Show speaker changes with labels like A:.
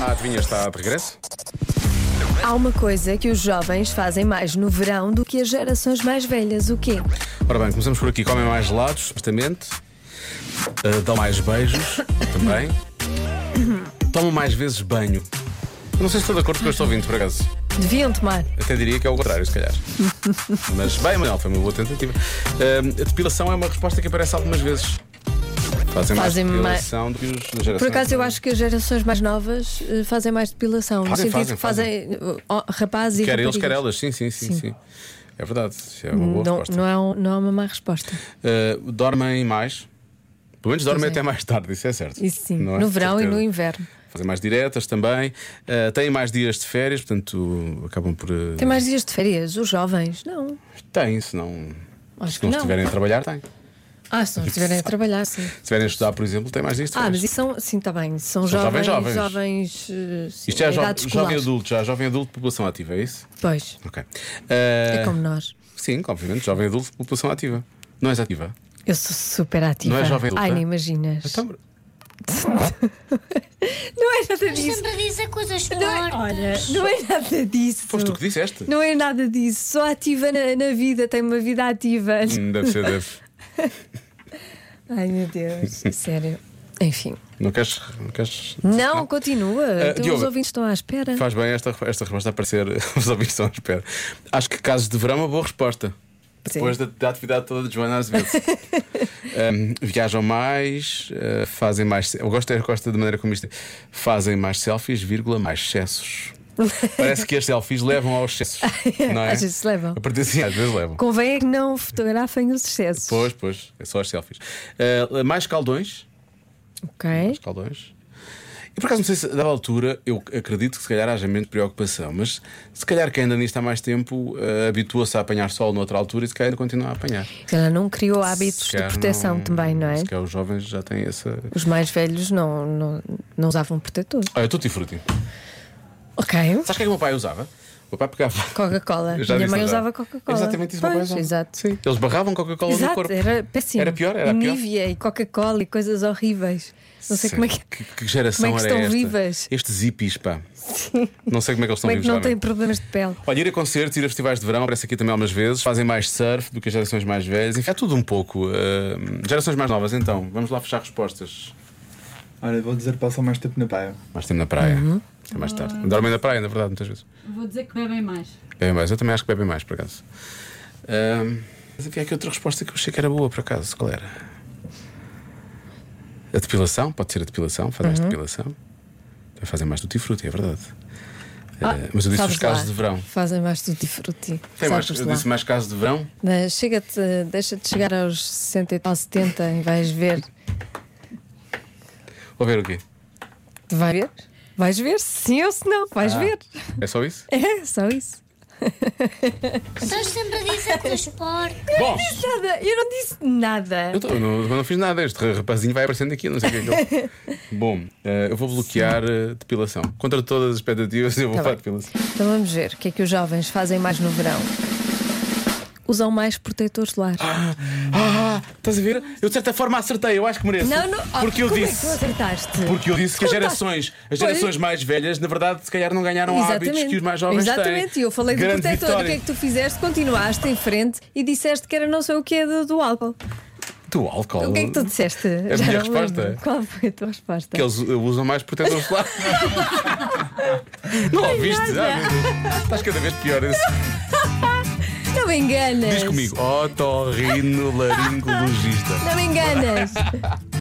A: A adivinha está de regresso?
B: Há uma coisa que os jovens fazem mais no verão do que as gerações mais velhas, o quê?
A: Ora bem, começamos por aqui. Comem mais gelados, certamente. Ah, dão mais beijos também. Tomam mais vezes banho. Eu Não sei se estou de acordo com o que eu estou ouvindo, por acaso.
B: Deviam tomar.
A: Até diria que é o contrário, se calhar. Mas bem, Manuel, foi uma boa tentativa. Ah, a depilação é uma resposta que aparece algumas vezes. Fazem,
B: Fazem
A: mais
B: mais-
A: depilação do que os da geração.
B: Por acaso eu acho que as gerações mais novas eh, fazem mais depilação, no
A: Fazem,
B: sentido
A: fazem,
B: que fazem, eh, oh, rapazes e
A: Quer eles,
B: raparigas.
A: quer elas. Sim, sim, sim. sim.
B: Sim.
A: É verdade. Isso É uma boa
B: Não,
A: resposta.
B: não, é um- não é uma má resposta.
A: Uh, dormem mais. Pelo menos dormem
B: Pois é.
A: até mais tarde, isso é certo.
B: Isso sim,
A: Não é?
B: no verão
A: Certeza.
B: e no inverno.
A: Fazem mais diretas também. Uh, têm mais dias de férias, portanto acabam por. uh,
B: Tem mais dias de férias, os jovens? Não.
A: Têm, se não.
B: Acho
A: se
B: que
A: não
B: não.
A: estiverem a trabalhar, têm. Se
B: Ah, se não estiverem a trabalhar, sim.
A: estiverem a estudar, por exemplo, têm mais dias de
B: Ah,
A: férias.
B: mas isso são, sim, está bem. São,
A: jovens, jovens.
B: jovens, jovens, eh, sim,
A: Isto já é jo-
B: idade escolar.
A: jovem adulto, já jovem adulto, população ativa, é isso?
B: Pois,
A: Ok. Uh,
B: é como nós.
A: Sim, obviamente, jovem adulto, população ativa. Não és ativa?
B: Eu sou super ativa.
A: Não é jovem adulta?
B: Ai, nem imaginas.
A: Então,
B: Não é nada disso.
C: Sempre dizer coisas
B: Não é, olha,
C: fortes.
B: não é nada disso.
A: foste tu que disseste?
B: Não é nada disso. Sou ativa na, na vida, tenho uma vida ativa.
A: Hum, Deve ser, deve.
B: Ai, meu Deus. Sério. Enfim.
A: Não queres. Não queres...
B: Não, continua. então os
A: Ah. Diogo.
B: ouvintes estão à espera.
A: Faz bem esta, esta resposta aparecer, os ouvintes estão à espera. Acho que casos de verão é uma boa resposta.
B: Sim.
A: Depois da, da atividade toda de Joana Azevedo. Ahm, viajam mais, ah, fazem mais. Eu gosto, eu gosto da maneira como isto é. Fazem mais selfies, vírgula, mais excessos. Parece que as selfies levam aos excessos. não é?
B: Às vezes levam.
A: A partir assim, às vezes levam.
B: Convém é que não fotografem os excessos.
A: Pois, pois, é só as selfies. Ah, mais caldões.
B: Ok.
A: Os caldões. E por acaso não sei se da altura eu acredito que se calhar haja menos preocupação, mas se calhar quem anda nisto há mais tempo eh, habitua-se a apanhar sol noutra altura e se calhar ainda continua a apanhar.
B: Ela não criou hábitos
A: Se
B: de
A: calhar
B: proteção também, não é?
A: Se calhar os jovens já têm essa.
B: Os mais velhos não, não, não usavam protetor.
A: Olha, tutti frutti.
B: Ok.
A: Sabes o que é que o meu pai usava? O meu pai pegava.
B: Coca-Cola.
A: Eu já
B: Minha
A: disse
B: mãe
A: agora.
B: usava Coca-Cola.
A: Exatamente isso, o meu pai
B: Pois,
A: usava.
B: Exato.
A: Sim. Eles barravam Coca-Cola no
B: Exato, é.
A: corpo.
B: era péssimo.
A: Era pior, era
B: e
A: pior.
B: Nívia e Coca-Cola e coisas horríveis. Não sei como é que,
A: que, que geração
B: como é que
A: era
B: estão
A: esta?
B: vivas.
A: Estes hippies, pá. Não sei como é que eles estão
B: como é que
A: vivos.
B: não
A: realmente.
B: têm problemas de pele.
A: Olha, ir a concertos, ir a festivais de verão, aparece aqui também algumas vezes, fazem mais surf do que as gerações mais velhas, enfim, é tudo um pouco. Ahm, gerações mais novas, então, vamos lá fechar respostas.
D: Olha, vou dizer que passam mais tempo na praia.
A: Mais tempo na praia.
B: Uhum.
A: Até mais tarde. Dormem na praia, na verdade, muitas vezes.
E: Vou dizer que bebem mais.
A: Bebem mais, eu também acho que bebem mais, por acaso. Ahm, mas havia aqui outra resposta que eu achei que era boa, por acaso. Qual era? A depilação, pode ser a depilação, fazem mais
B: Uhum.
A: depilação. Também fazem mais tutti frutti, é verdade. Ah, mas eu disse os
B: Sabes
A: casos
B: lá.
A: de verão.
B: Fazem mais tudo diferente.
A: Tem mais, eu disse mais casos de verão.
B: Chega-te, deixa-te chegar aos 60 e tal, 70 e vais ver.
A: Vou ver o quê?
B: Tu vais ver? Vais ver? Sim ou se não? Vais ver?
A: É só isso?
B: É, só isso.
C: Estás sempre a dizer coisas fortes.
A: Bom!
B: Nada, eu não disse nada.
A: Eu, tô- eu não, eu não fiz nada, este rapazinho vai aparecendo aqui, eu não sei o que é que ele. Bom, eh, eu vou bloquear eh, depilação. Contra todas as expectativas, eu vou
B: Tá
A: para a
B: bem.
A: depilação.
B: Então vamos ver o que é que os jovens fazem mais no verão. Usam mais protetor solar.
A: Ah, estás a ver? Eu de certa forma acertei, eu acho que mereço.
B: Não, não, oh,
A: porque eu
B: como
A: disse.
B: É que tu acertaste?
A: Porque eu disse que as gerações, as
B: Pois.
A: gerações mais velhas, na verdade, se calhar não ganharam hábitos que os mais jovens têm.
B: Exatamente, e eu falei do
A: Grande
B: protetor. O que
A: vitória.
B: é que tu fizeste? Continuaste em frente e disseste que era não sei o que é do, do álcool.
A: Do álcool.
B: O que é que tu disseste?
A: Hum. A minha
B: não me
A: resposta? é.
B: lembro. Qual foi a tua resposta?
A: Que eles eh, usam mais protetor solar. não ouviste?
B: nada.
A: Ah, meu Deus. Estás cada vez pior.
B: Não me enganas.
A: Diz comigo, otorrinolaringologista.
B: Não me enganas.